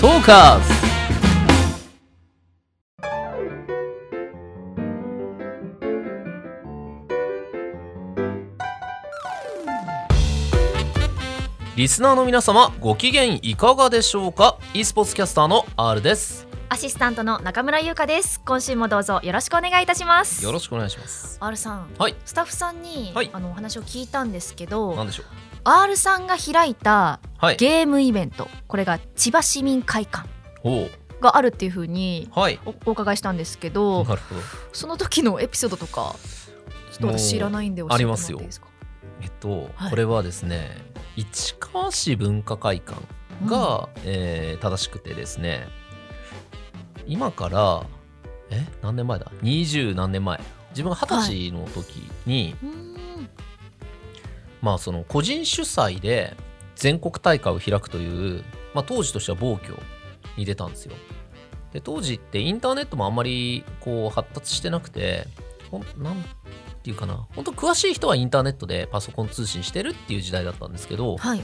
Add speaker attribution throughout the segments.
Speaker 1: トーカーズリスナーの皆様ご機嫌いかがでしょうか e スポーツキャスターの R です
Speaker 2: アシスタントの中村優香です。今週もどうぞよろしくお願いいたします。
Speaker 1: よろしくお願いします。
Speaker 2: R さん、
Speaker 1: はい
Speaker 2: スタッフさんに、
Speaker 1: はい
Speaker 2: あのお話を聞いたんですけ
Speaker 1: な
Speaker 2: ど、
Speaker 1: んでしょう
Speaker 2: R さんが開いた
Speaker 1: はい
Speaker 2: ゲームイベント、これが千葉市民会館
Speaker 1: おう
Speaker 2: があるっていうふうに
Speaker 1: はい
Speaker 2: おお伺いしたんですけ
Speaker 1: なる
Speaker 2: ど、
Speaker 1: ほど
Speaker 2: その時のエピソードとかちょっと私知らないんで教えてもらっていいですか。
Speaker 1: えっと、
Speaker 2: はい
Speaker 1: これはですね市川市文化会館が、えー正しくてですね今からえ何年前だ二十何年前自分が二十歳の時に、
Speaker 2: うん、うん
Speaker 1: まあその個人主催で全国大会を開くという、まあ、当時としては暴挙に出たんですよ。で当時ってインターネットもあんまりこう発達してなくてほんなんていうかな本当詳しい人はインターネットでパソコン通信してるっていう時代だったんですけど
Speaker 2: はい。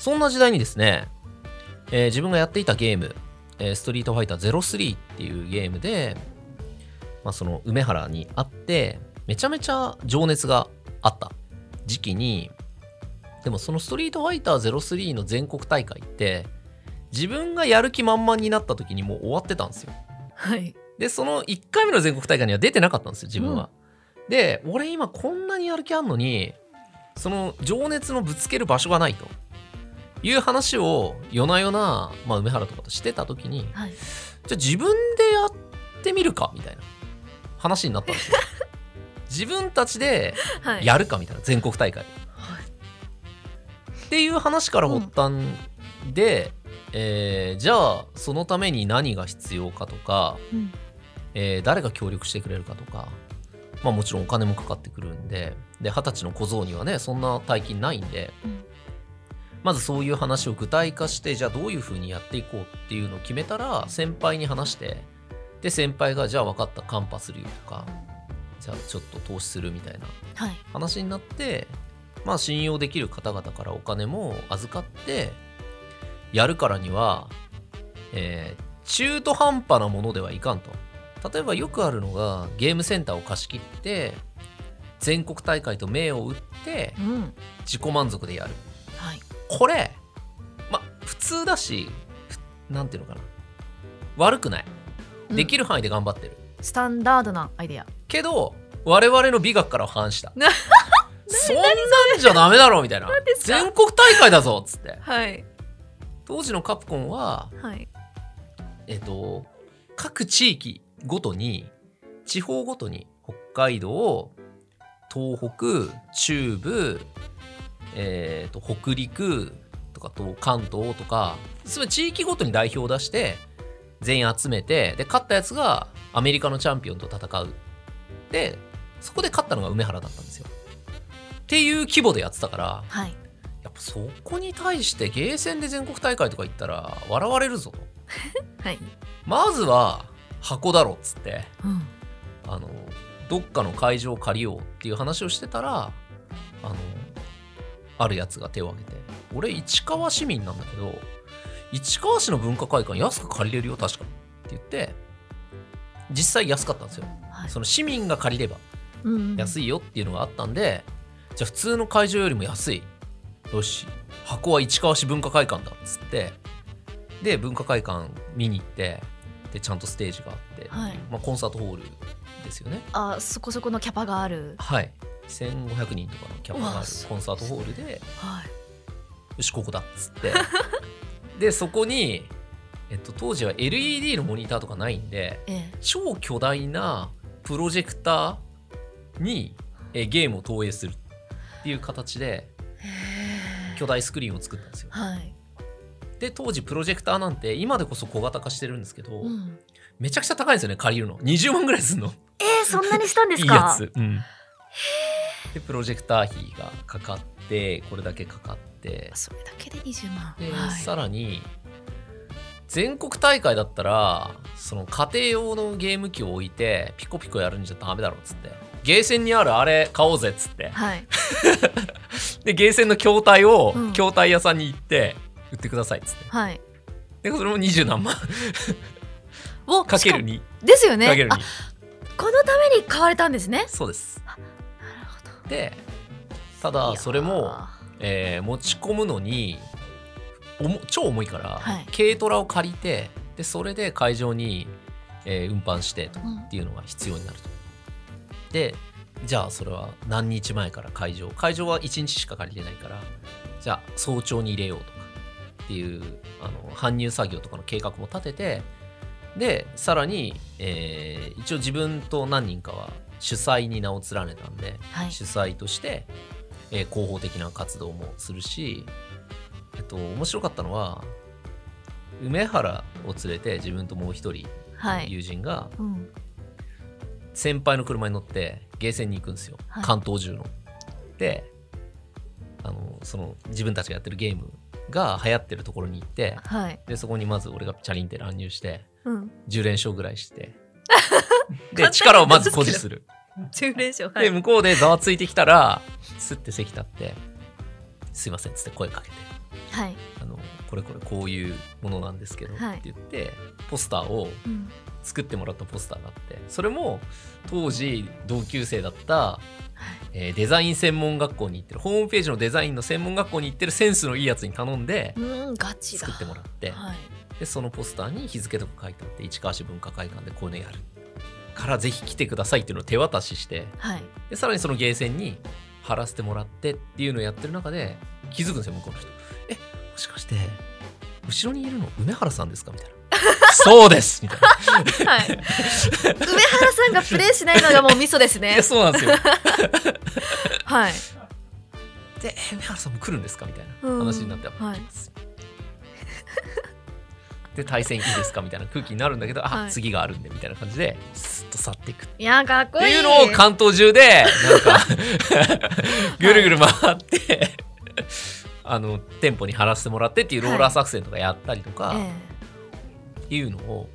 Speaker 1: そんな時代にですね、えー自分がやっていたゲーム「えーストリートファイター03」っていうゲームで、まあ、その梅原にあってめちゃめちゃ情熱があった時期にでもその「ストリートファイター03」の全国大会って自分がやる気満々になった時にもう終わってたんですよ。
Speaker 2: はい。
Speaker 1: でその1回目の全国大会には出てなかったんですよ自分は。で俺今こんなにやる気あんのにその情熱のぶつける場所がないという話を夜な夜な、まあ、梅原とかとしてた時に
Speaker 2: はい。
Speaker 1: じゃあ自分でやってみるかみたいな話になったん ですよ。自分たちで
Speaker 2: はい。
Speaker 1: やるかみたいな全国大会。
Speaker 2: はい
Speaker 1: っていう話から発端で、えーじゃあそのために何が必要かとか
Speaker 2: うん
Speaker 1: えー誰が協力してくれるかとか、まあ、もちろんお金もかかってくるんでで二十歳の小僧にはねそんな大金ないんで、
Speaker 2: うん
Speaker 1: まずそういう話を具体化してじゃあどういうふうにやっていこうっていうのを決めたら先輩に話してで先輩がじゃあ分かったカンパするよとかじゃあちょっと投資するみたいな
Speaker 2: はい。
Speaker 1: 話になって、まあ、信用できる方々からお金も預かってやるからには、えー中途半端なものではいかんと例えばよくあるのがゲームセンターを貸し切って全国大会と銘を打って
Speaker 2: うん。
Speaker 1: 自己満足でやる
Speaker 2: はい。
Speaker 1: これまあ普通だしふなんていうのかな悪くない
Speaker 2: うん
Speaker 1: できる範囲で頑張ってる、
Speaker 2: スタンダードなアイデア。
Speaker 1: けど我々の美学からは反 した
Speaker 2: な
Speaker 1: そんなんじゃダメだろみたいな
Speaker 2: ですか
Speaker 1: 全国大会だぞっつって
Speaker 2: はい。
Speaker 1: 当時のカプコンは
Speaker 2: はい。
Speaker 1: えっと各地域ごとに地方ごとに北海道東北中部えっと北陸とかと関東とかつまり地域ごとに代表を出して全員集めてで勝ったやつがアメリカのチャンピオンと戦うでそこで勝ったのが梅原だったんですよっていう規模でやってたから
Speaker 2: はい。
Speaker 1: やっぱそこに対してゲーセンで全国大会とか行ったら笑われるぞと
Speaker 2: はい。
Speaker 1: まずは箱だろっつって
Speaker 2: うん。
Speaker 1: あのどっかの会場を借りようっていう話をしてたらあのあるやつが手を挙げて「俺市川市民なんだけど市川市の文化会館安く借りれるよ確か」って言って実際安かったんですよ
Speaker 2: はい。
Speaker 1: その市民が借りれば
Speaker 2: うんうん、
Speaker 1: 安
Speaker 2: い。
Speaker 1: いよっていうのがあったんで、じゃあ普通の会場よりも安いよし箱は市川市文化会館だっつってで文化会館見に行ってでちゃんとステージがあって、
Speaker 2: はい。
Speaker 1: まあ、コンサートホールですよね
Speaker 2: あ、そこそこのキャパがある。
Speaker 1: はい1500人とかのキャパが
Speaker 2: う
Speaker 1: あ
Speaker 2: わ
Speaker 1: る
Speaker 2: そう
Speaker 1: コンサートホールで
Speaker 2: はい。
Speaker 1: よしここだっつってでそこに、えっと、当時は LED のモニターとかないんで
Speaker 2: ええ。
Speaker 1: 超巨大なプロジェクターにえーゲームを投影するっていう形で巨大スクリーンを作ったんですよ。
Speaker 2: はい。
Speaker 1: で当時プロジェクターなんて今でこそ小型化してるんですけど、
Speaker 2: うん。
Speaker 1: めちゃくちゃ高いんですよね借りるの20万ぐらいするの
Speaker 2: えー、そんなにしたんで
Speaker 1: い
Speaker 2: す
Speaker 1: い
Speaker 2: か。
Speaker 1: やつ。うんでプロジェクター費がかかってこれだけかかって
Speaker 2: それだけで二十万。
Speaker 1: で、
Speaker 2: はい。
Speaker 1: さらに全国大会だったらその家庭用のゲーム機を置いてピコピコやるんじゃダメだろっつってゲーセンにあるあれ買おうぜっつって
Speaker 2: はい。
Speaker 1: でゲーセンの筐体を
Speaker 2: うん
Speaker 1: 筐体屋さんに行って売ってくださいっつって
Speaker 2: はい。
Speaker 1: でそれも二十 何万
Speaker 2: を
Speaker 1: かける
Speaker 2: し
Speaker 1: 2
Speaker 2: もですよね
Speaker 1: かける
Speaker 2: あ
Speaker 1: 2
Speaker 2: このために買われたんですね
Speaker 1: そうです
Speaker 2: なるほど
Speaker 1: でた
Speaker 2: いや
Speaker 1: だ
Speaker 2: ー
Speaker 1: それもえー持ち込むのにおも超重いから、
Speaker 2: はい
Speaker 1: 軽トラを借りてでそれで会場に、えー運搬してとっていうのが必要になると。でじゃあそれは何日前から会場会場は1日しか借りてないからじゃあ早朝に入れようとかっていうあの搬入作業とかの計画も立ててでさらに、えー一応自分と何人かは主催に名を連ねたんで、
Speaker 2: はい
Speaker 1: 主催として、えー広報的な活動もするし、えっと、面白かったのは梅原を連れて自分ともう一人
Speaker 2: はい、
Speaker 1: 友人が
Speaker 2: うん、
Speaker 1: 先輩の車に乗ってゲーセンに行くんですよ、
Speaker 2: はい
Speaker 1: 関東中の。であのその自分たちがやってるゲームが流行ってるところに行って
Speaker 2: はい、
Speaker 1: でそこにまず俺がチャリンって乱入して
Speaker 2: うん、
Speaker 1: 10連勝ぐらいして
Speaker 2: 簡単
Speaker 1: で
Speaker 2: に
Speaker 1: 力をまず誇示する。
Speaker 2: 10連勝は
Speaker 1: で
Speaker 2: い
Speaker 1: 向こうでざわついてきたらスッて席立って「すいません」っつって声かけて
Speaker 2: はい、
Speaker 1: 「あのこれこれこういうものなんですけど」
Speaker 2: はい
Speaker 1: って言ってポスターを
Speaker 2: うん、
Speaker 1: 作ってもらったポスターがあってそれも当時同級生だった、えーデザイン専門学校に行ってるホームページのデザインの専門学校に行ってるセンスのいいやつに頼んで
Speaker 2: うんガチだ
Speaker 1: 作ってもらって
Speaker 2: はい
Speaker 1: でそのポスターに日付とか書いてあって市川市文化会館でこういうのやるからぜひ来てくださいっていうのを手渡しして。
Speaker 2: はい
Speaker 1: でさらにそのゲーセンに貼らせてもらってっていうのをやってる中で気づくんですよ向こうの人えもしかして後ろにいるの梅原さんですか みたいなそうですみたいな
Speaker 2: はい、梅原さんがプレイしないのがもうミソです
Speaker 1: い
Speaker 2: ね
Speaker 1: や。そうなんですよ
Speaker 2: はい。
Speaker 1: でえ梅原さんも来るんですかみたい
Speaker 2: うん
Speaker 1: な話になって、
Speaker 2: はい
Speaker 1: 来ますで対戦いいですかみたいな空気になるんだけど、
Speaker 2: は
Speaker 1: あ
Speaker 2: い
Speaker 1: 次があるんでみたいな感じでスッと去っていくっ
Speaker 2: いやかっこ
Speaker 1: て
Speaker 2: いい。
Speaker 1: いうのを関東中でなんか ぐるぐる回ってあの店舗に貼らせてもらってっていうローラー作戦とかやったりとか、
Speaker 2: え
Speaker 1: っていうのを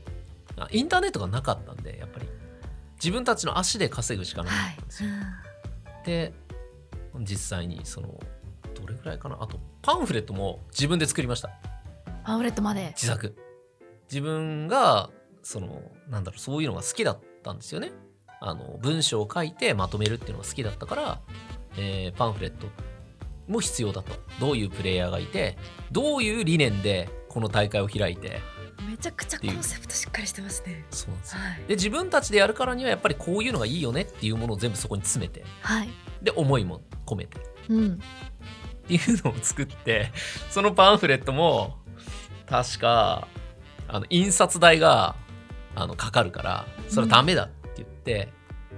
Speaker 1: あインターネットがなかったんでやっぱり自分たちの足で稼ぐしか
Speaker 2: え
Speaker 1: なか
Speaker 2: は
Speaker 1: った
Speaker 2: い
Speaker 1: んですよ。で実際にそのどれぐらいかなあとパンフレットも自分で作りました
Speaker 2: うん。パンフレットまで。
Speaker 1: 自作。自分がそのなんだろうそういうのが好きだったんですよね。あの文章を書いてまとめるっていうのが好きだったから、えーパンフレットも必要だとどういうプレイヤーがいてどういう理念でこの大会を開いて
Speaker 2: めちゃくちゃコンセプトしっかりしてますね。
Speaker 1: そうなんですよ
Speaker 2: はい。
Speaker 1: で自分たちでやるからにはやっぱりこういうのがいいよねっていうものを全部そこに詰めて
Speaker 2: はい。
Speaker 1: で思いも込めてっ
Speaker 2: うん。
Speaker 1: ていうのを作ってそのパンフレットも確かあの印刷代があのかかるからそれはダメだって言って、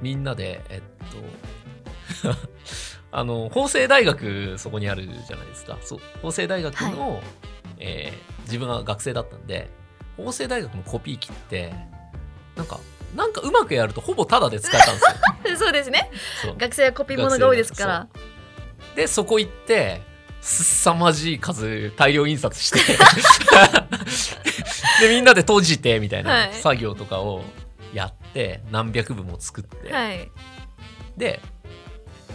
Speaker 1: みんなでえっと あの法政大学そこにあるじゃないですかそう法政大学の、えー自分は学生だったんで法政大学のコピー機ってなんかなんかうまくやるとほぼタダで使えたんですよ。
Speaker 2: そうですね。
Speaker 1: そう
Speaker 2: 学生はコピーものが多いですから。
Speaker 1: でそこ行ってすさまじい数大量印刷して でみんなで閉じてみたい
Speaker 2: は
Speaker 1: ない作業とかをやって何百部も作って、
Speaker 2: はい。
Speaker 1: で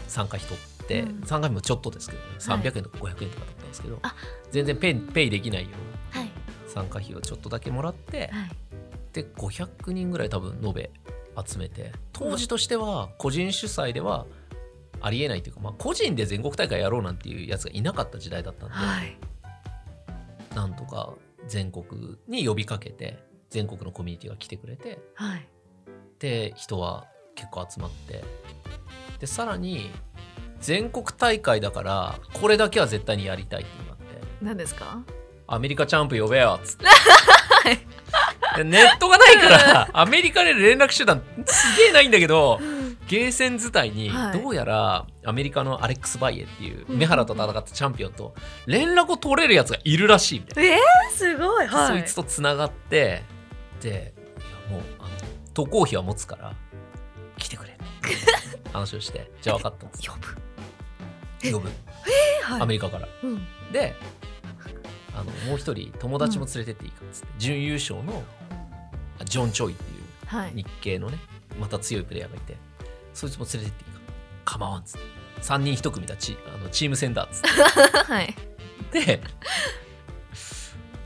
Speaker 1: 参加費取って、
Speaker 2: うん
Speaker 1: 参加費もちょっとですけどね
Speaker 2: はい
Speaker 1: 300円とか500円とかだったんですけど、
Speaker 2: あ
Speaker 1: 全然ペイペイできないよう
Speaker 2: はい。
Speaker 1: な参加費をちょっとだけもらって
Speaker 2: はい。
Speaker 1: で500人ぐらい多分延べ集めて当時としては個人主催ではありえないというか、まあ、個人で全国大会やろうなんていうやつがいなかった時代だったんで、
Speaker 2: はい。
Speaker 1: なんとか全国に呼びかけて全国のコミュニティが来てくれて
Speaker 2: はい。
Speaker 1: で人は結構集まってでさらに全国大会だからこれだけは絶対にやりたいっていうのがあって
Speaker 2: 何ですか。
Speaker 1: アメリカチャンプ呼べよっつ って。でネットがないからアメリカで連絡手段すげえないんだけどゲーセン自体に
Speaker 2: はい
Speaker 1: どうやらアメリカのアレックス・バイエっていう
Speaker 2: うん
Speaker 1: 梅原と戦ったチャンピオンと連絡を取れるやつがいるらしいみたい
Speaker 2: ええすごい。
Speaker 1: な、
Speaker 2: はい。
Speaker 1: そいつとつながってでいやもうあの渡航費は持つから来てくれ話をしてじゃあ分かったっつっ
Speaker 2: 呼ぶ。
Speaker 1: て呼ぶ
Speaker 2: はい。
Speaker 1: アメリカから
Speaker 2: うん。
Speaker 1: であのもう一人友達も連れてっていいかっつって、準優勝のあジョン・チョイっていう
Speaker 2: はい。
Speaker 1: 日系のねまた強いプレイヤーがいてそいつも連れてっていいか構わんっつって3人1組だチあのチーム戦だっつっ
Speaker 2: はい。
Speaker 1: てで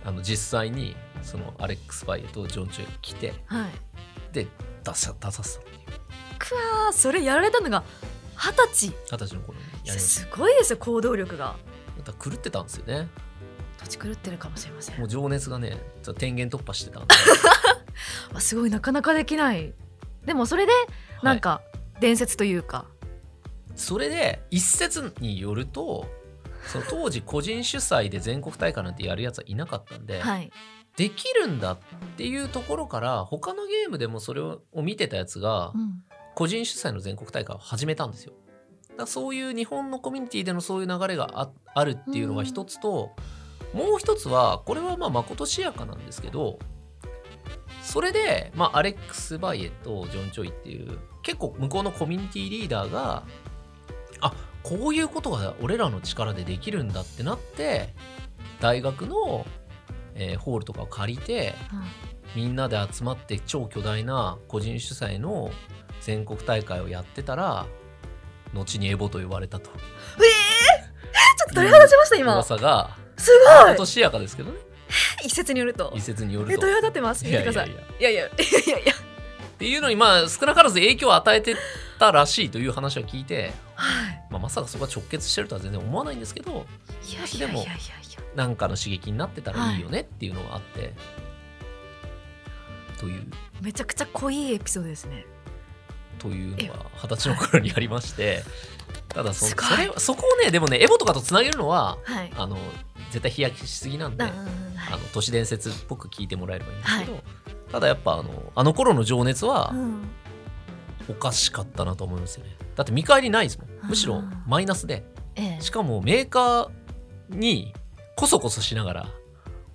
Speaker 1: あの実際にそのアレックス・ファイエとジョン・チューが来て
Speaker 2: はい
Speaker 1: で出さ出させたっていう
Speaker 2: くわーそれやられたのが二十
Speaker 1: 二十歳の頃にやりま
Speaker 2: 歳
Speaker 1: し
Speaker 2: すごいですよ行動力が
Speaker 1: ただから狂ってたんですよね
Speaker 2: 土地狂ってるかもしれません
Speaker 1: もう情熱がねちょっと天元突破してたんで
Speaker 2: あすごいなかなかできないでもそれでなんか伝説というか、
Speaker 1: それで一説によるとその当時個人主催で全国大会なんてやるやつはいなかったんで、
Speaker 2: はい
Speaker 1: できるんだっていうところから他のゲームでもそれを見てたやつが
Speaker 2: うん
Speaker 1: 個人主催の全国大会を始めたんですよ。だからそういう日本のコミュニティでのそういう流れがああるっていうのが一つと、もう一つはこれはまあまことしやかなんですけどそれで、まあ、アレックス・バイエとジョン・チョイっていう結構向こうのコミュニティリーダーがあこういうことが俺らの力でできるんだってなって大学の、えーホールとかを借りて
Speaker 2: うん
Speaker 1: みんなで集まって超巨大な個人主催の全国大会をやってたら後にエボと呼ばれたと
Speaker 2: えー、ちょっと鳥肌しました今す
Speaker 1: 噂が
Speaker 2: ご
Speaker 1: 今
Speaker 2: い
Speaker 1: 年やかですけどね
Speaker 2: 一説によると
Speaker 1: 一説によ
Speaker 2: え
Speaker 1: ると。
Speaker 2: 鳥肌立ってます
Speaker 1: い
Speaker 2: 見て
Speaker 1: や
Speaker 2: く
Speaker 1: い
Speaker 2: だ
Speaker 1: やい
Speaker 2: さ
Speaker 1: や
Speaker 2: いいやいやいやいや
Speaker 1: っていうのにまあ少なからず影響を与えてたらしいという話は聞いて、
Speaker 2: はい
Speaker 1: まあ、まさかそこが直結してるとは全然思わないんですけど
Speaker 2: いやい
Speaker 1: で
Speaker 2: やいや
Speaker 1: も
Speaker 2: いやいや
Speaker 1: なんかの刺激になってたらいいよねっていうのがあって。という
Speaker 2: めちゃくちゃ濃いエピソードですね
Speaker 1: というのが二十歳の頃にありましてただそ
Speaker 2: すごい
Speaker 1: それそこをねでもねエボとかとつなげるのは
Speaker 2: はい
Speaker 1: あの絶対日焼けしすぎなんで、
Speaker 2: うんうんうん
Speaker 1: あ
Speaker 2: はい
Speaker 1: の都市伝説っぽく聞いてもらえればいいんですけど、ただやっぱあのあの頃の情熱は
Speaker 2: うん
Speaker 1: おかしかったなと思いますよねだって見返りないですも
Speaker 2: あー
Speaker 1: んむしろマイナスで
Speaker 2: ええ
Speaker 1: しかもメーカーにこそこそしながら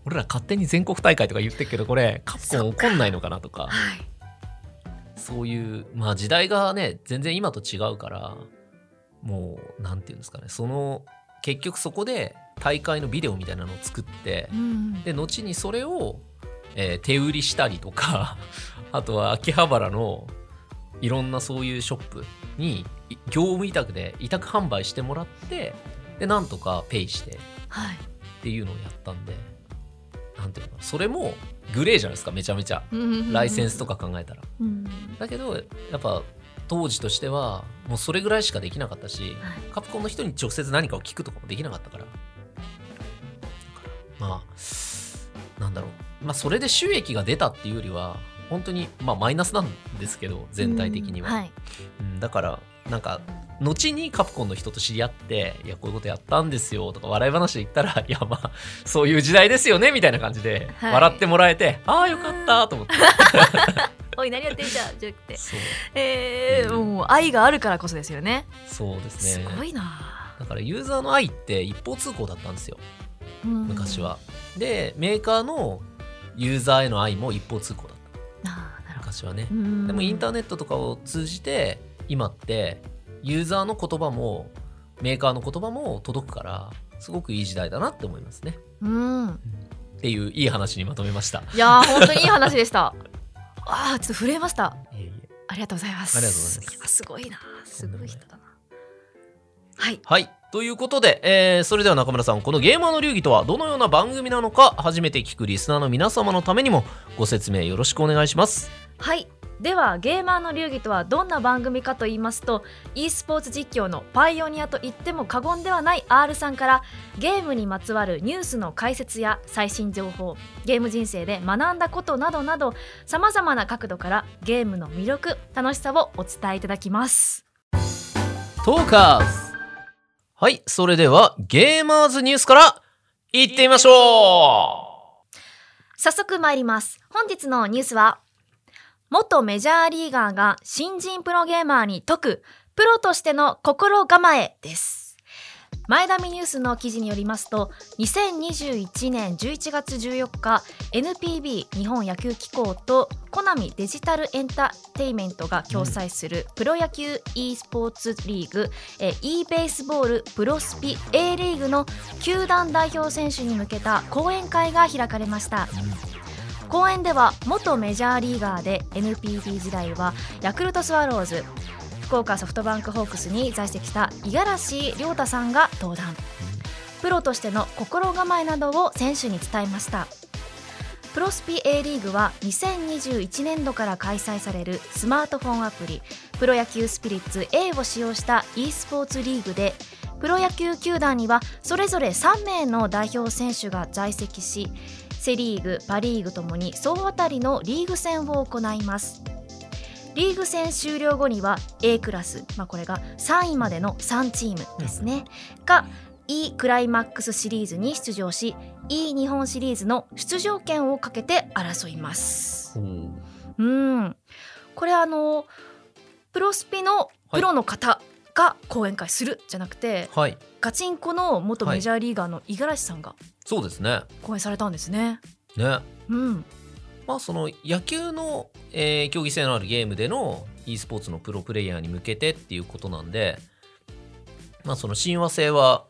Speaker 1: 俺ら勝手に全国大会とか言ってるけどこれカプコン怒んないのかなとか
Speaker 2: はい
Speaker 1: そういうまあ時代がね全然今と違うからもうなんていうんですかねその結局そこで大会のビデオみたいなのを作って、
Speaker 2: うん
Speaker 1: で後にそれを、えー手売りしたりとか あとは秋葉原のいろんなそういうショップにい業務委託で委託販売してもらってでなんとかペイしてっ
Speaker 2: はい
Speaker 1: ていうのをやったんでなんていうのかなそれもグレーじゃないですかめちゃめちゃライセンスと
Speaker 2: か
Speaker 1: か考えたら。
Speaker 2: うん
Speaker 1: だけどやっぱ当時としてはもうそれぐらいしかできなかったし、
Speaker 2: はい
Speaker 1: カプコンの人に直接何かを聞くとかもできなかったからだからまあなんだろうまあそれで収益が出たっていうよりは本当にまあマイナスなんですけど全体的には、
Speaker 2: うんはい
Speaker 1: うんだからなんか後にカプコンの人と知り合って「いやこういうことやったんですよ」とか笑い話で言ったら「いやまあそういう時代ですよね」みたいな感じで
Speaker 2: はい
Speaker 1: 笑ってもらえて「ああよかった」と思 って。
Speaker 2: おい何やってんじゃんじゃなくて
Speaker 1: そう
Speaker 2: えー、
Speaker 1: うん
Speaker 2: もう愛があるからこそですよね
Speaker 1: そうです
Speaker 2: す
Speaker 1: ね
Speaker 2: ごいな、
Speaker 1: だからユーザーの愛って一方通行だったんですよ
Speaker 2: うん
Speaker 1: 昔は、でメーカーのユーザーへの愛も一方通行だった
Speaker 2: あーなるほ
Speaker 1: 昔はね
Speaker 2: どうん
Speaker 1: でもインターネットとかを通じて今ってユーザーの言葉もメーカーの言葉も届くからすごくいい時代だなって思いますね
Speaker 2: うん
Speaker 1: っていういい話にまとめました
Speaker 2: いやー本当にいい話でした あーちょっと震えました
Speaker 1: いえいえ
Speaker 2: ありがとうございます
Speaker 1: ありがとうございます
Speaker 2: やすごいなすごい人だなはい
Speaker 1: はいということで、えーそれでは中村さんこの「ゲーマーの流儀」とはどのような番組なのか初めて聞くリスナーの皆様のためにもご説明よろしくお願いします
Speaker 2: はいではゲーマーの流儀とはどんな番組かと言いますと e スポーツ実況のパイオニアと言っても過言ではない R さんからゲームにまつわるニュースの解説や最新情報ゲーム人生で学んだことなどなどさまざまな角度からゲームの魅力楽しさをお伝えいただきます
Speaker 1: トーカーズはい、それではゲーマーズニュースから行ってみましょう
Speaker 2: 早速参ります本日のニュースは元メジャーリーガーが新人プロゲーマーに説くプロとしての心構えです前ミニュースの記事によりますと2021年11月14日 NPB 日本野球機構とコナミデジタルエンタテイメントが共催するプロ野球 e スポーツリーグえー e ベースボールプロスピ A リーグの球団代表選手に向けた講演会が開かれました講演では元メジャーリーガーで NPB 時代はヤクルトスワローズ福岡ソフトバンクホークスに在籍した五十嵐亮太さんが登壇プロとしての心構えなどを選手に伝えましたプロスピ A リーグは2021年度から開催されるスマートフォンアプリプロ野球スピリッツ A を使用した e スポーツリーグでプロ野球球団にはそれぞれ3名の代表選手が在籍しセ・リーグパ・リーグともに総当たりのリーグ戦を行いますリーグ戦終了後には A クラス、まあ、これが3位までの3チームですね、が E クライマックスシリーズに出場し E 日本シリーズの出場権をかけて争います
Speaker 1: おー
Speaker 2: うんこれあのプロスピのプロの方が講演会するじゃなくて、
Speaker 1: はい
Speaker 2: ガチンコの元メジャーリーガーの五十嵐さんが
Speaker 1: そうですね
Speaker 2: 講演されたんですね。
Speaker 1: ね
Speaker 2: うん、
Speaker 1: まあその野球の、えー競技性のあるゲームでの e スポーツのプロプレイヤーに向けてっていうことなんでまあその親和性は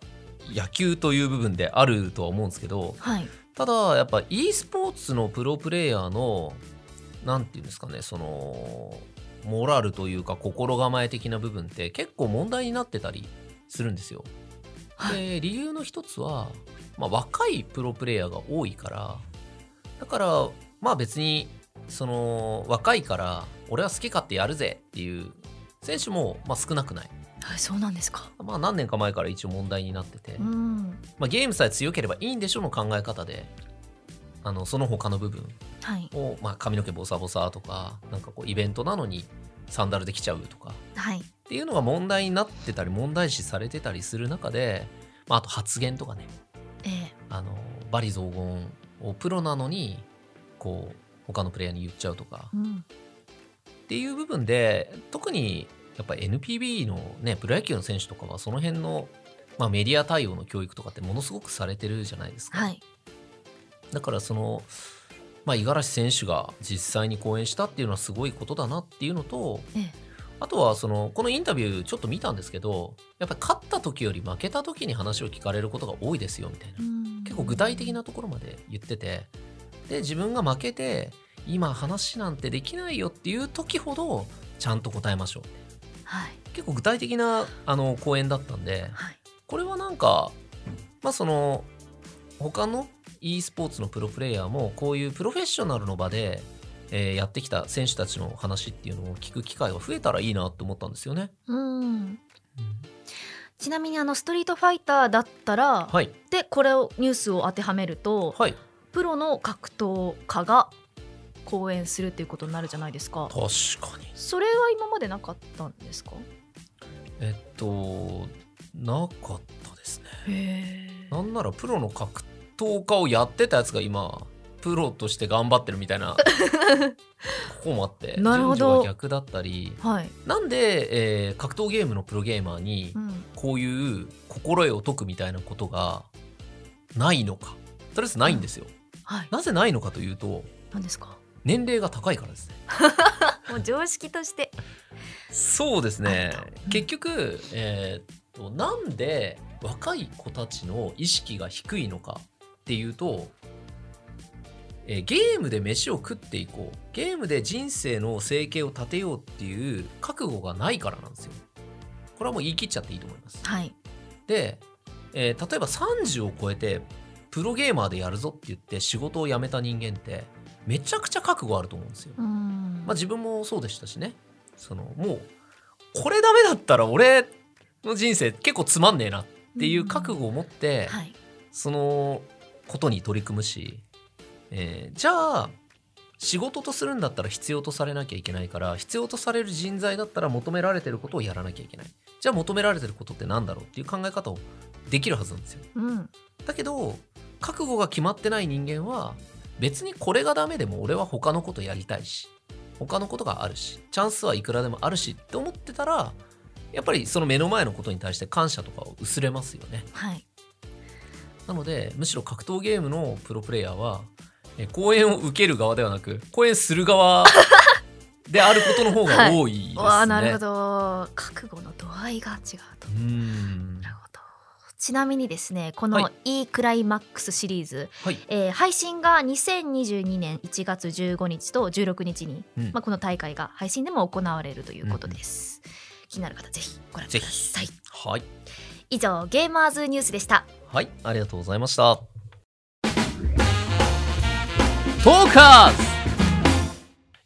Speaker 1: 野球という部分であるとは思うんですけど
Speaker 2: はい、
Speaker 1: ただやっぱ e スポーツのプロプレイヤーのなんていうんですかねそのモラルというか心構え的な部分って結構問題になってたりするんですよ。
Speaker 2: は
Speaker 1: で理由の一つは、まあ、若いプロプレイヤーが多いからだからまあ別にその若いから俺は好き勝手やるぜっていう選手もまあ少なくない。
Speaker 2: はい、そうなんですか。
Speaker 1: まあ何年か前から一応問題になってて、
Speaker 2: うん、
Speaker 1: まあ、ゲームさえ強ければいいんでしょの考え方であのその他の部分
Speaker 2: はい、
Speaker 1: を、まあ、髪の毛ボサボサとかなんかこうイベントなのにサンダルで来ちゃうとか
Speaker 2: はい、
Speaker 1: っていうのが問題になってたり問題視されてたりする中で、まあ、あと発言とかね
Speaker 2: ええ
Speaker 1: あのバリ雑言をプロなのにこう他のプレイヤーに言っちゃうとか
Speaker 2: うん、
Speaker 1: っていう部分で特にやっぱ NPB のねプロ野球の選手とかはその辺の、まあ、メディア対応の教育とかってものすごくされてるじゃないですか。
Speaker 2: はい、
Speaker 1: だからその、まあ、五十嵐選手が実際に講演したっていうのはすごいことだなっていうのと
Speaker 2: ええ
Speaker 1: あとはそのこのインタビューちょっと見たんですけどやっぱり勝った時より負けた時に話を聞かれることが多いですよみたいな
Speaker 2: うん
Speaker 1: 結構具体的なところまで言っててで自分が負けて今話なんてできないよっていう時ほどちゃんと答えましょう
Speaker 2: はい、
Speaker 1: 結構具体的なあの講演だったんで
Speaker 2: はい、
Speaker 1: これはなんかまあその他の e スポーツのプロプレイヤーもこういうプロフェッショナルの場で、えーやってきた選手たちの話っていうのを聞く機会が増えたらいいなって思ったんですよね。
Speaker 2: うん。ちなみにあのストリートファイターだったら、
Speaker 1: はい
Speaker 2: でこれをニュースを当てはめると、
Speaker 1: はい
Speaker 2: プロの格闘家が講演するっていうことになるじゃないですか。
Speaker 1: 確かに。
Speaker 2: それは今までなかったんですか？
Speaker 1: えっとなかったですね。
Speaker 2: へえ
Speaker 1: なんならプロの格闘家をやってたやつが今プロとして頑張ってるみた いなここもあって
Speaker 2: なるほど
Speaker 1: 順序が逆だったり
Speaker 2: はい、
Speaker 1: なんで、えー格闘ゲームのプロゲーマーに
Speaker 2: うん、
Speaker 1: こういう心得を解くみたいなことがないのかとりあえずないんですよ、
Speaker 2: はい、
Speaker 1: なぜないのかというと
Speaker 2: なんですか？
Speaker 1: 年齢が高いからですね
Speaker 2: もう常識として。
Speaker 1: そうですね
Speaker 2: あった
Speaker 1: 結局、えーっとなんで若い子たちの意識が低いのかっていうと、えーゲームで飯を食っていこうゲームで人生の生計を立てようっていう覚悟がないからなんですよこれはもう言い切っちゃっていいと思います
Speaker 2: はい。
Speaker 1: で、えー例えば30を超えてプロゲーマーでやるぞって言って仕事を辞めた人間ってめちゃくちゃ覚悟あると思うんですよ
Speaker 2: うん
Speaker 1: まあ、自分もそうでしたしねそのもうこれダメだったら俺の人生結構つまんねえなっていう覚悟を持って、
Speaker 2: はい。
Speaker 1: そのことに取り組むし、えーじゃあ仕事とするんだったら必要とされなきゃいけないから必要とされる人材だったら求められてることをやらなきゃいけないじゃあ求められてることってなんだろうっていう考え方をできるはずなんですよ
Speaker 2: うん。
Speaker 1: だけど覚悟が決まってない人間は別にこれがダメでも俺は他のことやりたいし他のことがあるしチャンスはいくらでもあるしって思ってたらやっぱりその目の前のことに対して感謝とかを薄れますよね
Speaker 2: はい。
Speaker 1: なのでむしろ格闘ゲームのプロプレイヤーはえ講演を受ける側ではなく講演する側であることの方が多いですね、
Speaker 2: わあ、なるほど。覚悟の度合いが違うと
Speaker 1: う。ーん
Speaker 2: なるほど。ちなみにですね、
Speaker 1: は
Speaker 2: この E クライマックスシリーズ、
Speaker 1: はい、
Speaker 2: えー配信が2022年1月15日と16日に、
Speaker 1: うん
Speaker 2: まあ、この大会が配信でも行われるということです。気になる方、ぜひご覧ください。
Speaker 1: はい
Speaker 2: 以上、ゲーマーズニュースでした。
Speaker 1: はいありがとうございましたトーカーズ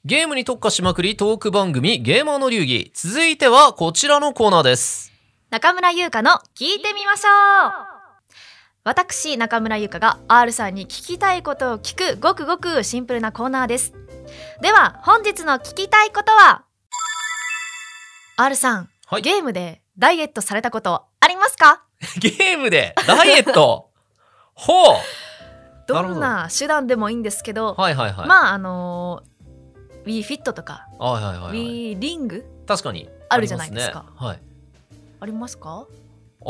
Speaker 1: ゲームに特化しまくりトーク番組ゲーマーの流儀続いてはこちらのコーナーです
Speaker 2: 中村優香の聞いてみましょう私中村優香が R さんに聞きたいことを聞くごくごくシンプルなコーナーですでは本日の聞きたいことは R さん、
Speaker 1: はい
Speaker 2: ゲームでダイエットされたことありますか
Speaker 1: ゲームでダイエッ トほなるほ
Speaker 2: ど
Speaker 1: ど
Speaker 2: んな手段でもいいんですけど
Speaker 1: うはいはいはい、
Speaker 2: まああのー、WeFit とか
Speaker 1: あ、はいはいはいはい
Speaker 2: WeRing
Speaker 1: 確かに
Speaker 2: あるじゃないですか
Speaker 1: ありますね
Speaker 2: あります か
Speaker 1: はい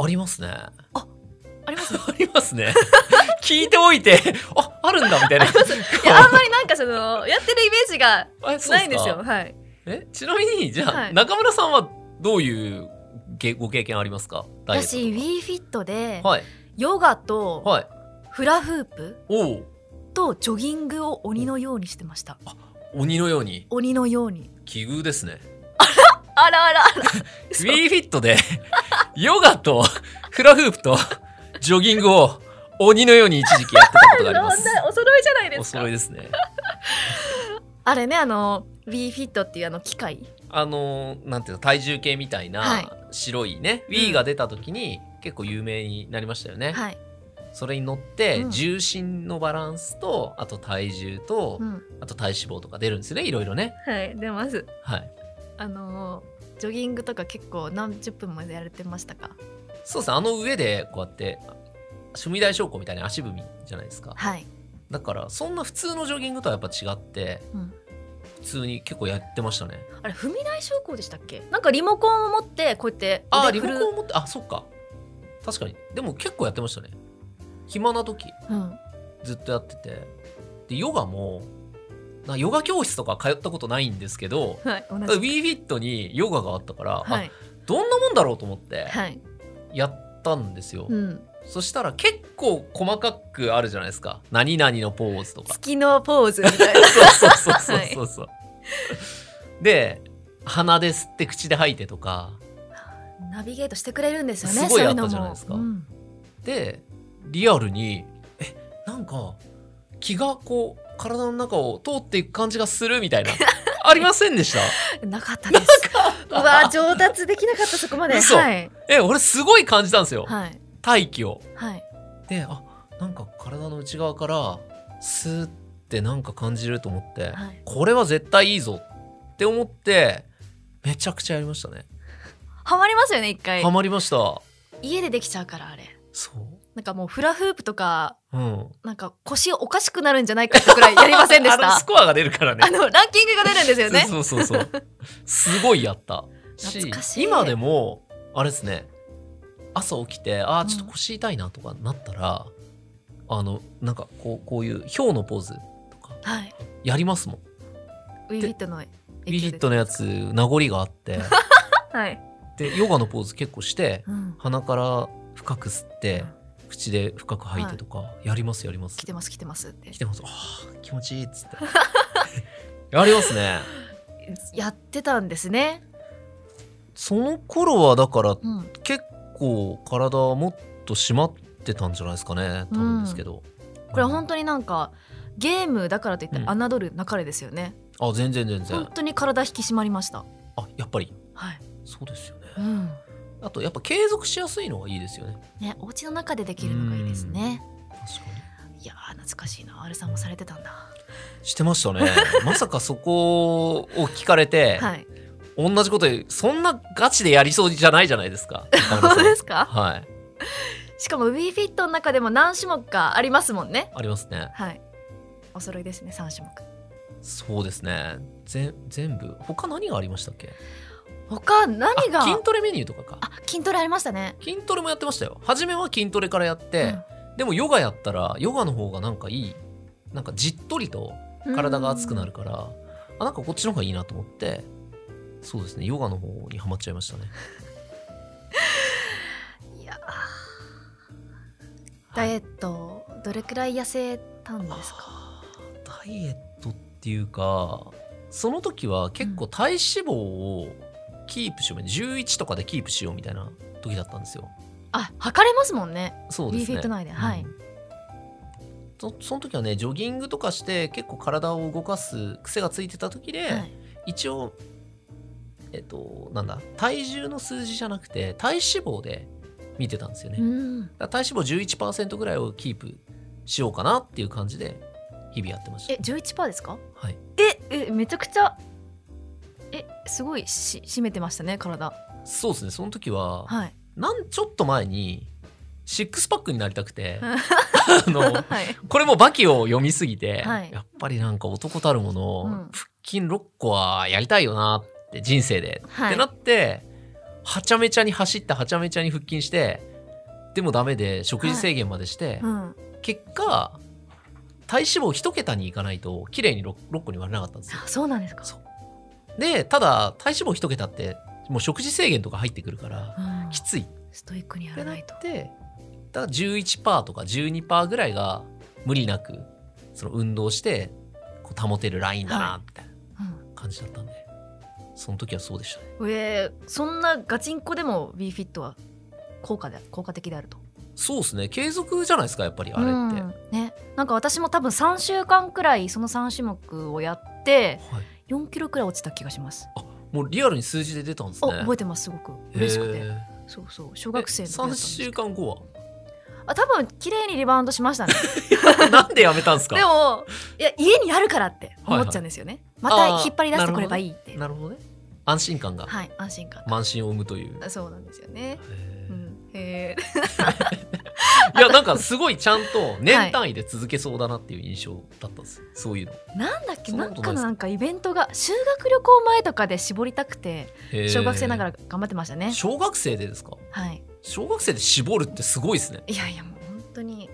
Speaker 1: ありますねあ
Speaker 2: ありますい
Speaker 1: りますね 聞いておい てああるんだみたいな
Speaker 2: やあんまりなんかそのやってるイメージが
Speaker 1: あそうっすか
Speaker 2: ないんですよはい
Speaker 1: えちなみにじゃあ、
Speaker 2: はい
Speaker 1: 中村さんはどういうげご経験ありますかダイエットと
Speaker 2: 私 WeFit で
Speaker 1: かはい
Speaker 2: ヨガと
Speaker 1: はい
Speaker 2: フラフープ
Speaker 1: おう
Speaker 2: とジョギングを鬼のようにしてました
Speaker 1: 鬼のように
Speaker 2: 鬼のように
Speaker 1: 奇遇ですね
Speaker 2: あらあらあら
Speaker 1: ウィーフィットで ヨガとフラフープとジョギングを鬼のように一時期やってたことがあります
Speaker 2: お揃いじゃない
Speaker 1: お揃いですね
Speaker 2: あれねあの WeFit っていうあの機械
Speaker 1: あのーなんていうの体重計みたい
Speaker 2: はい
Speaker 1: な白いね、ウィーが出た時に結構有名になりましたよね、
Speaker 2: はい、
Speaker 1: それに乗って
Speaker 2: うん
Speaker 1: 重心のバランスとあと体重と、
Speaker 2: うん、
Speaker 1: あと体脂肪とか出るんですよねいろいろね
Speaker 2: はい出ます
Speaker 1: はい
Speaker 2: あのジョギングとか結構何十分もやれてましたか
Speaker 1: そうですねあの上でこうやって趣味大将校みたいな足踏みじゃないですか
Speaker 2: はい
Speaker 1: だからそんな普通のジョギングとはやっぱ違って、
Speaker 2: うん
Speaker 1: 普通に結構やってましたね
Speaker 2: あれ踏み台昇降でしたっけなんかリモコンを持ってこうやって
Speaker 1: ああリ
Speaker 2: 腕
Speaker 1: モ
Speaker 2: 振る
Speaker 1: コンを持ってあそっか確かにでも結構やってましたね暇な時
Speaker 2: うん
Speaker 1: ずっとやっててでヨガもなヨガ教室とか通ったことないんですけど
Speaker 2: はい同
Speaker 1: w
Speaker 2: じ
Speaker 1: e フィットにヨガがあったから、
Speaker 2: はい
Speaker 1: あどんなもんだろうと思って
Speaker 2: はい
Speaker 1: やったんですよ、
Speaker 2: うん
Speaker 1: そしたら結構細かくあるじゃないですか何々のポーズ とか
Speaker 2: 月のポーズみたいな
Speaker 1: そうそうそうそうそう、で鼻で吸って口で吐いてとか
Speaker 2: ナビゲートしてくれるんですよね
Speaker 1: すごい
Speaker 2: そう
Speaker 1: あ
Speaker 2: う
Speaker 1: っ
Speaker 2: の
Speaker 1: た
Speaker 2: も
Speaker 1: じゃないですか
Speaker 2: うん
Speaker 1: でリアルにえなんか気がこう体の中を通っていく感じがするみた いなありませんでした
Speaker 2: なかったです。うわ上達できなかったそこまで。
Speaker 1: 嘘
Speaker 2: はい
Speaker 1: え俺すごい感じたんですよ
Speaker 2: はい
Speaker 1: 大気を
Speaker 2: はい。
Speaker 1: であなんか体の内側からスーってなんか感じると思って、
Speaker 2: はい
Speaker 1: これは絶対いいぞって思ってめちゃくちゃやりましたね
Speaker 2: ハマりますよね一回
Speaker 1: ハ。マりました
Speaker 2: 家でできちゃうからあれ。
Speaker 1: そう
Speaker 2: なんかもうフラフープとか
Speaker 1: うん
Speaker 2: なんか腰おかしくなるんじゃないかってくらいやりませんでし
Speaker 1: あの
Speaker 2: た
Speaker 1: ス。コアが出るからね
Speaker 2: あのランキングが出るんですよね。
Speaker 1: そうそうそうそうすごいやった
Speaker 2: 懐かしい
Speaker 1: 今でもあれですね朝起きてあ
Speaker 2: う
Speaker 1: ー
Speaker 2: ん
Speaker 1: ちょっと腰痛いなとかなったら、あのなんかこうこういうヒョウのポーズとか
Speaker 2: はい。
Speaker 1: やりますもん
Speaker 2: ウィフィットの影響
Speaker 1: ウ
Speaker 2: で
Speaker 1: ィヒットのやつ名残があって
Speaker 2: はい。
Speaker 1: でヨガのポーズ結構して
Speaker 2: うん。
Speaker 1: 鼻から深く吸って口で深く吐いてとか、やりますやります
Speaker 2: 来てます来てますって
Speaker 1: 来てますあー気持ちいいっつって やりますね
Speaker 2: やってたんですね。
Speaker 1: その頃はだから
Speaker 2: うん。
Speaker 1: 結構体はもっと締まってたんじゃないですかねと思うんですけど、
Speaker 2: これ本当になんかゲームだからといって
Speaker 1: う
Speaker 2: 侮るなかれですよね。
Speaker 1: あ全然全然
Speaker 2: 本当に体引き締まりました。
Speaker 1: あやっぱり
Speaker 2: はい。
Speaker 1: そうですよね
Speaker 2: うん。
Speaker 1: あとやっぱ継続しやすいのがいいですよね
Speaker 2: ね、お家の中でできるのがいいですね。
Speaker 1: 確か
Speaker 2: いやー懐かしいな、R さんもされてたんだ。
Speaker 1: にしてま したねまさかそこを聞かれて、
Speaker 2: はい。
Speaker 1: 同じことそんなガチでやりそうじゃないじゃないです か中村
Speaker 2: 本
Speaker 1: さ
Speaker 2: 当
Speaker 1: ん
Speaker 2: ですか？
Speaker 1: はい
Speaker 2: しかも WeFit の中でも何種目かありますもんね。
Speaker 1: ありますね
Speaker 2: はい。お揃いですね、三種目。
Speaker 1: そうですねぜ全部他何がありましたっけ
Speaker 2: 他何が？
Speaker 1: あ筋トレメニューとかか
Speaker 2: あ筋トレありましたね。
Speaker 1: 筋トレもやってましたよ初めは筋トレからやって、
Speaker 2: うん
Speaker 1: でもヨガやったらヨガの方がなんかいいなんかじっとりと体が熱くなるからあなんかこっちの方がいいなと思ってそうですねヨガの方にはまっちゃいましたね
Speaker 2: うん。いやーダイエットどれくらい痩せたんですか？
Speaker 1: あーダイエットっていうかその時は結構体脂肪をキープしよう11とかでキープしようみたいな時だったんですよ
Speaker 2: あ測れますもんね
Speaker 1: そうですね
Speaker 2: リーフィット内ではい
Speaker 1: うんそその時はねジョギングとかして結構体を動かす癖がついてた時で、
Speaker 2: はい
Speaker 1: 一応えっとなんだ体重の数字じゃなくて体脂肪で見てたんですよね、
Speaker 2: うん
Speaker 1: だから体脂肪11%ぐらいをキープしようかなっていう感じで日々やってまし
Speaker 2: え
Speaker 1: た
Speaker 2: 11%ですか
Speaker 1: はい
Speaker 2: ええめちゃくちゃえすごいし締めてましたね体
Speaker 1: そうですねその時は、
Speaker 2: はい
Speaker 1: なんちょっと前にシックスパックになりたくて
Speaker 2: うん
Speaker 1: あの
Speaker 2: はい
Speaker 1: これもバキを読みすぎて、
Speaker 2: はい
Speaker 1: やっぱりなんか男たるもの、
Speaker 2: うん
Speaker 1: 腹筋6個はやりたいよなって人生で、
Speaker 2: はい
Speaker 1: ってなってはちゃめちゃに走ってはちゃめちゃに腹筋してでもダメで食事制限までして、
Speaker 2: うん
Speaker 1: 結果体脂肪一桁にいかないと綺麗に 6, 6個に割れなかったんですよ
Speaker 2: あそうなんですか
Speaker 1: そうでただ体脂肪一桁ってもう食事制限とか入ってくるから
Speaker 2: うん
Speaker 1: きつい
Speaker 2: ストイックにや
Speaker 1: って
Speaker 2: ら
Speaker 1: な
Speaker 2: な
Speaker 1: っ
Speaker 2: いと
Speaker 1: てだから11%とか12%ぐらいが無理なくその運動してこう保てるラインだ
Speaker 2: は
Speaker 1: なみたいな
Speaker 2: うん
Speaker 1: 感じだったんで、その時はそうでしたね
Speaker 2: えーそんなガチンコでも B フィットは効果で効果的であると
Speaker 1: そうですね継続じゃないですかやっぱりあれって、
Speaker 2: うんねなんか私も多分3週間くらいその3種目をやって
Speaker 1: はい、
Speaker 2: 4キロくらい落ちた気がします
Speaker 1: もうリアルに数字で出たんです
Speaker 2: あ
Speaker 1: ね
Speaker 2: 覚えてますすごく嬉しくて
Speaker 1: へー
Speaker 2: そうそう小学生の時だったん
Speaker 1: え
Speaker 2: で
Speaker 1: 3
Speaker 2: す
Speaker 1: 週間後は
Speaker 2: あ多分綺麗にリバウンドしましたね
Speaker 1: なんでやめたん ですか
Speaker 2: でもいや家にあるからって思っちゃうんですよね、
Speaker 1: はい
Speaker 2: ま
Speaker 1: あ
Speaker 2: た
Speaker 1: ー
Speaker 2: 引っ張り出してこればいいって、
Speaker 1: なるほどね安心感が
Speaker 2: はい安心感
Speaker 1: 満身を生むという、
Speaker 2: あそうなんですよね
Speaker 1: へー
Speaker 2: うんへえ
Speaker 1: いやなんかすごいちゃんと年単位で続けそうだなっていう印象だったんです、そういうの
Speaker 2: なんだっけ
Speaker 1: そん
Speaker 2: な
Speaker 1: なんことないです
Speaker 2: かのなんかイベントが修学旅行前とかで絞りたくて
Speaker 1: へー
Speaker 2: 小学生ながら頑張ってましたね、
Speaker 1: 小学生でですか
Speaker 2: はい
Speaker 1: 小学生で絞るってすごいですね
Speaker 2: いやいやもう本当に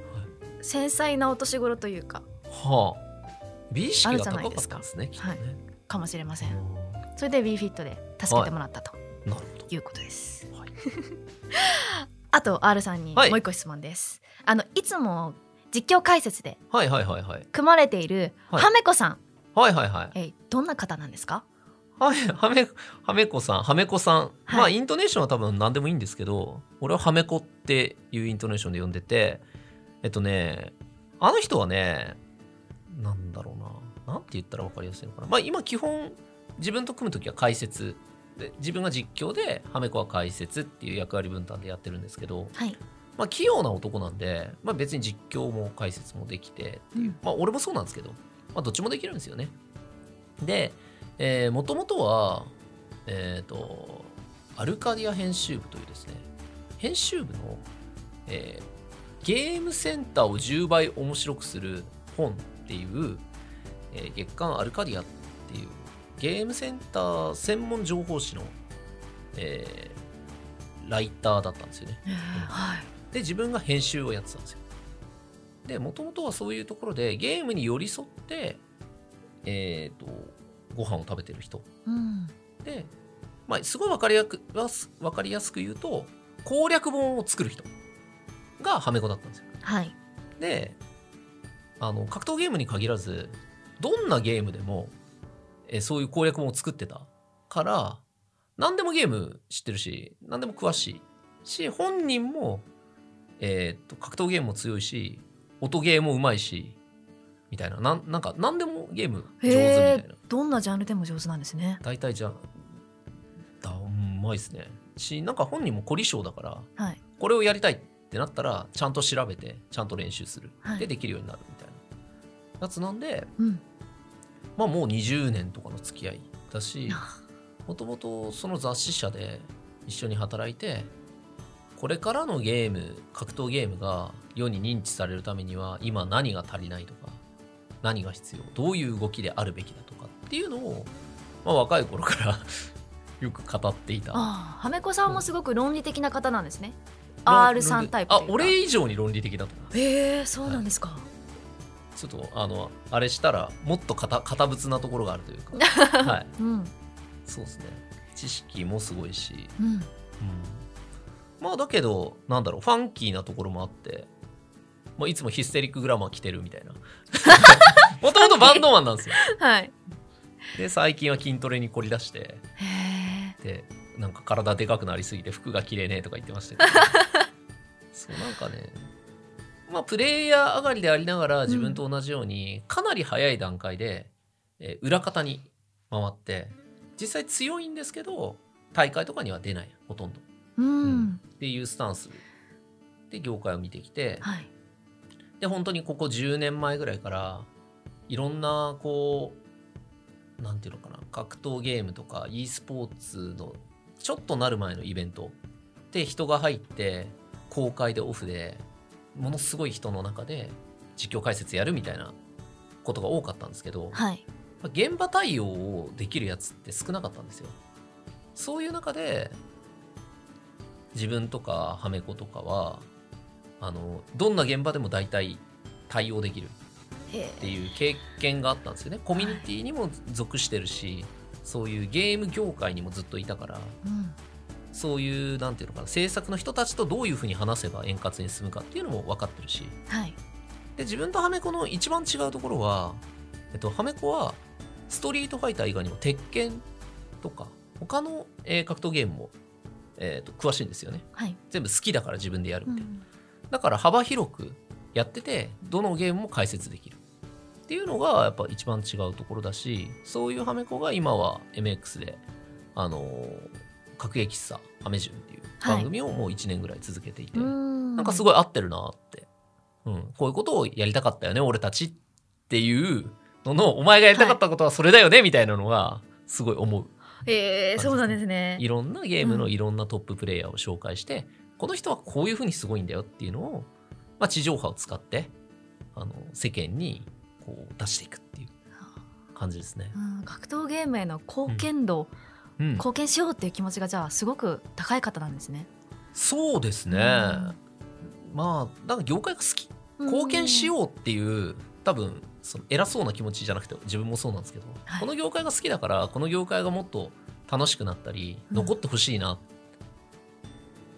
Speaker 2: 繊細なお年頃というか
Speaker 1: はあ美意識
Speaker 2: あ
Speaker 1: が
Speaker 2: るじゃない
Speaker 1: 高
Speaker 2: で
Speaker 1: かっ
Speaker 2: す
Speaker 1: た
Speaker 2: か
Speaker 1: んですねきっとね、
Speaker 2: かもしれませ
Speaker 1: うん
Speaker 2: んそれで WeFit で助けてもらったと
Speaker 1: なるほ
Speaker 2: いうことです、
Speaker 1: ど、はい、
Speaker 2: あと R さんにも
Speaker 1: はいう
Speaker 2: 一個質問です、あのいつも実況解説で
Speaker 1: はいはいはいはい
Speaker 2: 組まれている
Speaker 1: はい
Speaker 2: はめこさん、
Speaker 1: はいはいはい
Speaker 2: えーどんな方なんですか
Speaker 1: はめはめはめこさんはめこさん、
Speaker 2: はい
Speaker 1: まあイントネーションは多分何でもいいんですけど俺ははめこっていうイントネーションで呼んでてえっとねあの人はねなんだろうななんて言ったら分かりやすいのかなまあ今基本自分と組む時は解説で自分が実況ではめこは解説っていう役割分担でやってるんですけど、
Speaker 2: はい
Speaker 1: まあ、器用な男なんで、まあ、別に実況も解説もできてっていう、
Speaker 2: うん
Speaker 1: まあ、俺もそうなんですけど、まあ、どっちもできるんですよね。で、えー、もともとは、えっ、と、アルカディア編集部というですね、編集部の、えーゲームセンターを10倍面白くする本っていう、えー月刊アルカディアっていう、ゲームセンター専門情報誌の、えーライターだったんですよね。
Speaker 2: はい
Speaker 1: で自分が編集をやってたんですよでもともとはそういうところでゲームに寄り添ってえっ、とご飯を食べてる人
Speaker 2: うん
Speaker 1: で、まあ、すごい分かりやくわすわかりやすく言うと攻略本を作る人がハメ子だったんですよ
Speaker 2: はい
Speaker 1: であの格闘ゲームに限らずどんなゲームでもえーそういう攻略本を作ってたから何でもゲーム知ってるし何でも詳しいし本人も、えーっと格闘ゲームも強いし音ゲーもうまいしみたいななんなんか何でもゲーム上手みた
Speaker 2: へ
Speaker 1: いな
Speaker 2: えどんなジャンルでも上手なんですね
Speaker 1: 大体じゃあだうんうまいですねしなんか本人も凝り性だから
Speaker 2: はい
Speaker 1: これをやりたいってなったらちゃんと調べてちゃんと練習する
Speaker 2: はい
Speaker 1: でできるようになるみたいなやつなんで、
Speaker 2: うん
Speaker 1: まあ、もう20年とかの付き合いだしもともとその雑誌社で一緒に働いてこれからのゲーム格闘ゲームが世に認知されるためには今何が足りないとか何が必要どういう動きであるべきだとかっていうのを、まあ、若い頃から よく語っていた
Speaker 2: ああはめこさんもすごく論理的な方なんですね
Speaker 1: ロン
Speaker 2: R さんタイプとい
Speaker 1: あ
Speaker 2: うか
Speaker 1: 俺以上に論理的だと思う
Speaker 2: へえそうなんですか、
Speaker 1: ちょっとあのあれしたらもっと堅堅物なところがあるというか、はい、
Speaker 2: うん
Speaker 1: そうですね知識もすごいし、
Speaker 2: うん
Speaker 1: うん、まあだけどなんだろうファンキーなところもあって、まあ、いつもヒステリックグラマー着てるみたいなもともとバンドマンなんですよ
Speaker 2: はい
Speaker 1: で最近は筋トレに凝り出して
Speaker 2: へえ
Speaker 1: でなんか体でかくなりすぎて服が着れねえとか言ってましたけどそうなんかねまあプレイヤー上がりでありながら自分と同じように、かなり早い段階で、えー裏方に回って実際強いんですけど大会とかには出ないほとんど
Speaker 2: うん、
Speaker 1: うんっていうスタンスで業界を見てきて、
Speaker 2: はい
Speaker 1: で本当にここ10年前ぐらいからいろんなこうなんていうのかな格闘ゲームとか e スポーツのちょっとなる前のイベントで人が入って公開でオフでものすごい人の中で実況解説やるみたいなことが多かったんですけど、
Speaker 2: はい
Speaker 1: まあ現場対応をできるやつって少なかったんですよそういう中で自分とかハメ子とかはあのどんな現場でも大体対応できる
Speaker 2: へ
Speaker 1: っていう経験があったんですよねコミュニティにも属してるしそういうゲーム業界にもずっといたから
Speaker 2: うん
Speaker 1: そういうなんていうのかな制作の人たちとどういうふうに話せば円滑に進むかっていうのも分かってるし
Speaker 2: はい
Speaker 1: で自分とハメコの一番違うところは、えっと、ハメコはストリートファイター以外にも鉄拳とか他の、えー格闘ゲームも、えーと詳しいんですよね
Speaker 2: はい、
Speaker 1: 全部好きだから自分でやる
Speaker 2: う
Speaker 1: みたいな、
Speaker 2: ん
Speaker 1: だから幅広くやっててどのゲームも解説できるっていうのがやっぱ一番違うところだしそういうハメコが今は MX であのー「各駅喫茶アメジュン」っていう番組をもう1年ぐらい続けていて、なんかす
Speaker 2: ごい
Speaker 1: ごい合ってるなって、うん、こういうことをやりたかったよね俺たちっていうののお前がやりたかったことはそれだよね、みたいなのがすごい思う
Speaker 2: えー、そうなんですね
Speaker 1: いろんなゲーム
Speaker 2: う
Speaker 1: の
Speaker 2: ん
Speaker 1: いろんなトッププレイヤーを紹介して、この人はこういうふうにすごいんだよっていうのを、まあ、地上波を使ってあの世間にこう出していくっていう感じですね。
Speaker 2: うん、格闘ゲームへの貢献度、
Speaker 1: うん、
Speaker 2: 貢献しようっていう気持ちがじゃあすごく高い方なんですね。
Speaker 1: そうですね、まあなんか業界が好き貢献し
Speaker 2: う
Speaker 1: ようっていう多分その偉そうな気持ちじゃなくて自分もそうなんですけど、
Speaker 2: はい
Speaker 1: この業界が好きだからこの業界がもっと楽しくなったり
Speaker 2: うん
Speaker 1: 残ってほしいなっ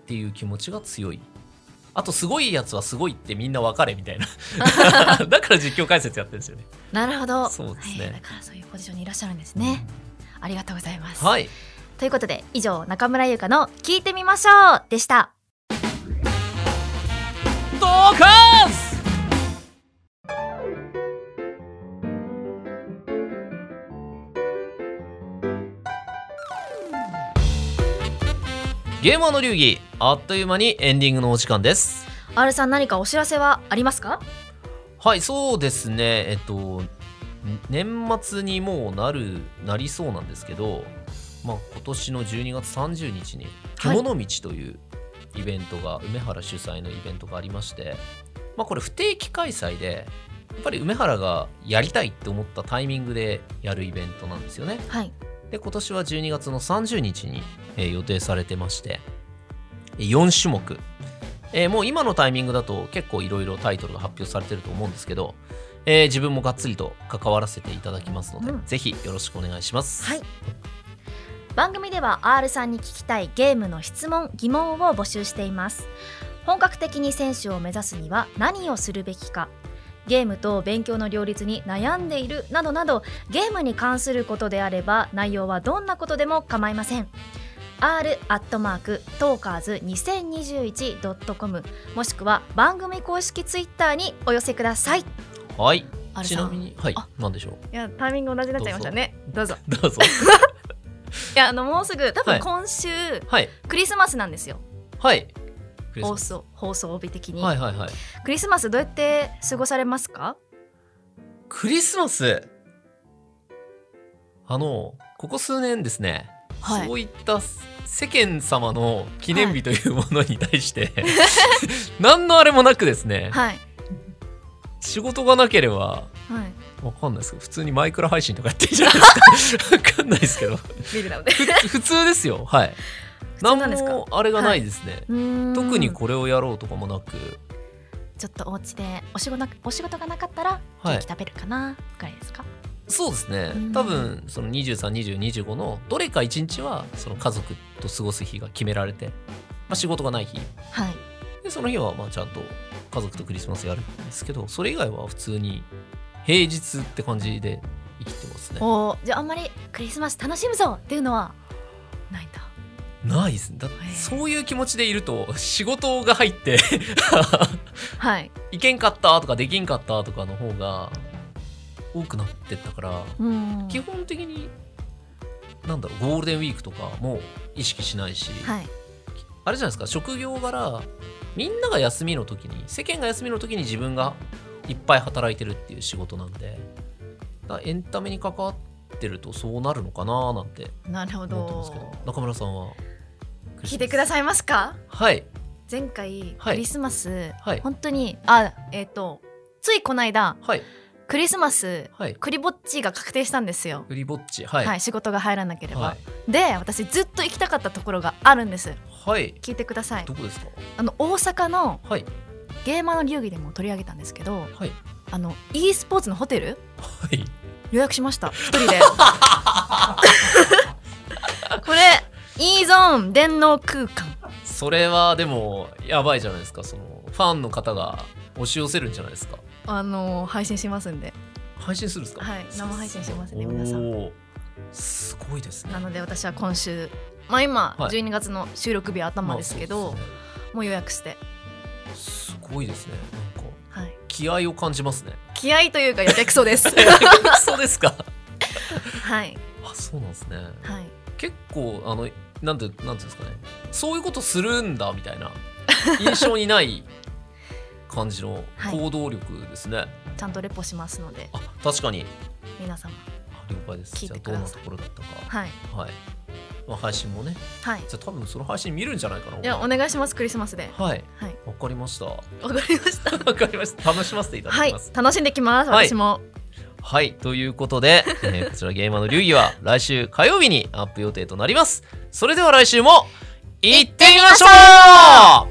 Speaker 1: ていう気持ちが強いあとすごいやつはすごいってみんな分かれみたいな だから実況解説やってるんですよね
Speaker 2: ん。なるほど。
Speaker 1: そうですね
Speaker 2: はい、だからそういうポジションにいらっしゃるんですね。ありがとうございます。
Speaker 1: はい
Speaker 2: ということで以上中村優香の聞いてみましょうでした。
Speaker 1: ドカンスゲーマーの流儀あっという間にエンディングのお時間です
Speaker 2: R さん何かお知らせはありますか？
Speaker 1: はいそうですねえっとん年末にもうなるなりそうなんですけど、まあ、今年の12月30日に「
Speaker 2: はい
Speaker 1: 獣道」というイベントが、梅原主催のイベントがありまして、まあ、これ不定期開催でやっぱり梅原がやりたいって思ったタイミングでやるイベントなんですよね。
Speaker 2: はい。
Speaker 1: で今年は12月の30日に、えー予定されてましてえー4種目、えーもう今のタイミングだと結構いろいろタイトルが発表されてると思うんですけど、えー自分もがっつりと関わらせていただきますので、
Speaker 2: うん
Speaker 1: ぜひよろしくお願いします。
Speaker 2: はい番組では R さんに聞きたいゲームの質問疑問を募集しています本格的に選手を目指すには何をするべきかゲームと勉強の両立に悩んでいるなどなどゲームに関することであれば内容はどんなことでも構いません r アットマークトーカーズ 2021.com もしくは番組公式ツイッターにお寄せください
Speaker 1: はい、
Speaker 2: R
Speaker 1: ち
Speaker 2: さ
Speaker 1: なんみ
Speaker 2: い
Speaker 1: に、はい
Speaker 2: あ、
Speaker 1: なんでしょう。
Speaker 2: やタイミング同じになっちゃいましたねどうぞ
Speaker 1: どう ぞ。
Speaker 2: いやあのもうすぐ多
Speaker 1: は
Speaker 2: 分
Speaker 1: い
Speaker 2: 今週、
Speaker 1: はい、
Speaker 2: クリスマスなんですよ
Speaker 1: はい。クリス
Speaker 2: 放
Speaker 1: マス
Speaker 2: 送放送帯的に、
Speaker 1: はいはいはい。
Speaker 2: クリスマスどうやって過ごされますか
Speaker 1: クリスマスあのここ数年ですね、
Speaker 2: はい
Speaker 1: そういった世間様の記念日というものに対して、 何のあれもなくですね、
Speaker 2: はい
Speaker 1: 仕事がなければ
Speaker 2: はい
Speaker 1: わかんないですけど普通にマイクラ配信とかやってるじゃないですかわかんないですけどふ
Speaker 2: ビールなので
Speaker 1: 普通ですよはい
Speaker 2: 普通なんですか
Speaker 1: 何もあれがないですね、
Speaker 2: うーん
Speaker 1: 特にこれをやろうとかもなく
Speaker 2: ちょっとお家でお仕事なお仕事がなかったらケ
Speaker 1: はい
Speaker 2: ーキ食べるかなぐらいですか、
Speaker 1: そうですね
Speaker 2: うん
Speaker 1: 多分その232025のどれか1日はその家族と過ごす日が決められて、まあ、仕事がない日
Speaker 2: はい
Speaker 1: でその日はまあちゃんと家族とクリスマスやるんですけどそれ以外は普通に平日って感じで生きてますね
Speaker 2: おーじゃああんまりクリスマス楽しむぞっていうのはないんだ
Speaker 1: ないですねだ
Speaker 2: ー
Speaker 1: そういう気持ちでいると仕事が入って
Speaker 2: はい。
Speaker 1: いけんかったとかできんかったとかの方が多くなってったから
Speaker 2: うん。
Speaker 1: 基本的になんだろうゴールデンウィークとかも意識しないし、
Speaker 2: はい。
Speaker 1: あれじゃないですか職業柄みんなが休みの時に世間が休みの時に自分がいっぱい働いてるっていう仕事なんでだからエンタメに関わってるとそうなるのかななんて
Speaker 2: なるほ
Speaker 1: 思ってますけ
Speaker 2: ど
Speaker 1: ど。中村さんは
Speaker 2: 聞いてくだ
Speaker 1: さい
Speaker 2: さいますか？
Speaker 1: はい
Speaker 2: 前回
Speaker 1: はい
Speaker 2: クリスマス、
Speaker 1: はい
Speaker 2: 本当にあえっ、とついこの間
Speaker 1: はい
Speaker 2: クリスマス
Speaker 1: はい
Speaker 2: クリぼっちが確定したんですよ。
Speaker 1: フリぼっちはい
Speaker 2: はい、仕事が入らなければ、
Speaker 1: は
Speaker 2: で私ずっと行きたかったところがあるんです
Speaker 1: いはい
Speaker 2: 聞いてください
Speaker 1: どこですか
Speaker 2: あの大阪の
Speaker 1: はい
Speaker 2: ゲーマーの流儀でも取り上げたんですけど
Speaker 1: はい
Speaker 2: あの e スポーツのホテル
Speaker 1: はい
Speaker 2: 予約しました一 人でこれ e ゾーン電脳空間
Speaker 1: それはでもやばいじゃないですかそのファンの方が押し寄せるんじゃないですか
Speaker 2: あの配信しますんで
Speaker 1: 配信するんですか
Speaker 2: はい生配信しますね皆さん
Speaker 1: んすごいですね
Speaker 2: なので私は今週まあ今
Speaker 1: はい
Speaker 2: 12月の収録日頭
Speaker 1: まあ
Speaker 2: ですけど、
Speaker 1: そうですね
Speaker 2: もう予約して、
Speaker 1: すごいですね。なんか
Speaker 2: はい、
Speaker 1: 気合を感じますね。
Speaker 2: 気合というかやけく そです
Speaker 1: そうですか。
Speaker 2: はい
Speaker 1: あ、そうなんですね。
Speaker 2: はい
Speaker 1: 結構あのなんてなんていうんですかね。そういうことするんだみたいな印象にない感じの
Speaker 2: はい
Speaker 1: 行動力ですね。
Speaker 2: ちゃんとレポしますので
Speaker 1: あ、確かに
Speaker 2: 皆様
Speaker 1: あ了解です。
Speaker 2: 聞い
Speaker 1: じゃあど
Speaker 2: てく
Speaker 1: ん
Speaker 2: だ
Speaker 1: なと
Speaker 2: さい
Speaker 1: ころだったか。
Speaker 2: はい
Speaker 1: はい。まあ配信もね。
Speaker 2: はい
Speaker 1: じゃあ多分その配信見るんじゃないかな。
Speaker 2: いやお願いしますクリスマスで
Speaker 1: はい。
Speaker 2: はい
Speaker 1: わかりました。 わ
Speaker 2: わかりました
Speaker 1: かりました。楽しませていただ
Speaker 2: は
Speaker 1: き
Speaker 2: い
Speaker 1: ます。
Speaker 2: 楽しんできます
Speaker 1: はい
Speaker 2: 私も
Speaker 1: はい、ということで、えーこちらゲーマーの流儀は来週火曜日にアップ予定となります。それでは来週も行ってみましょう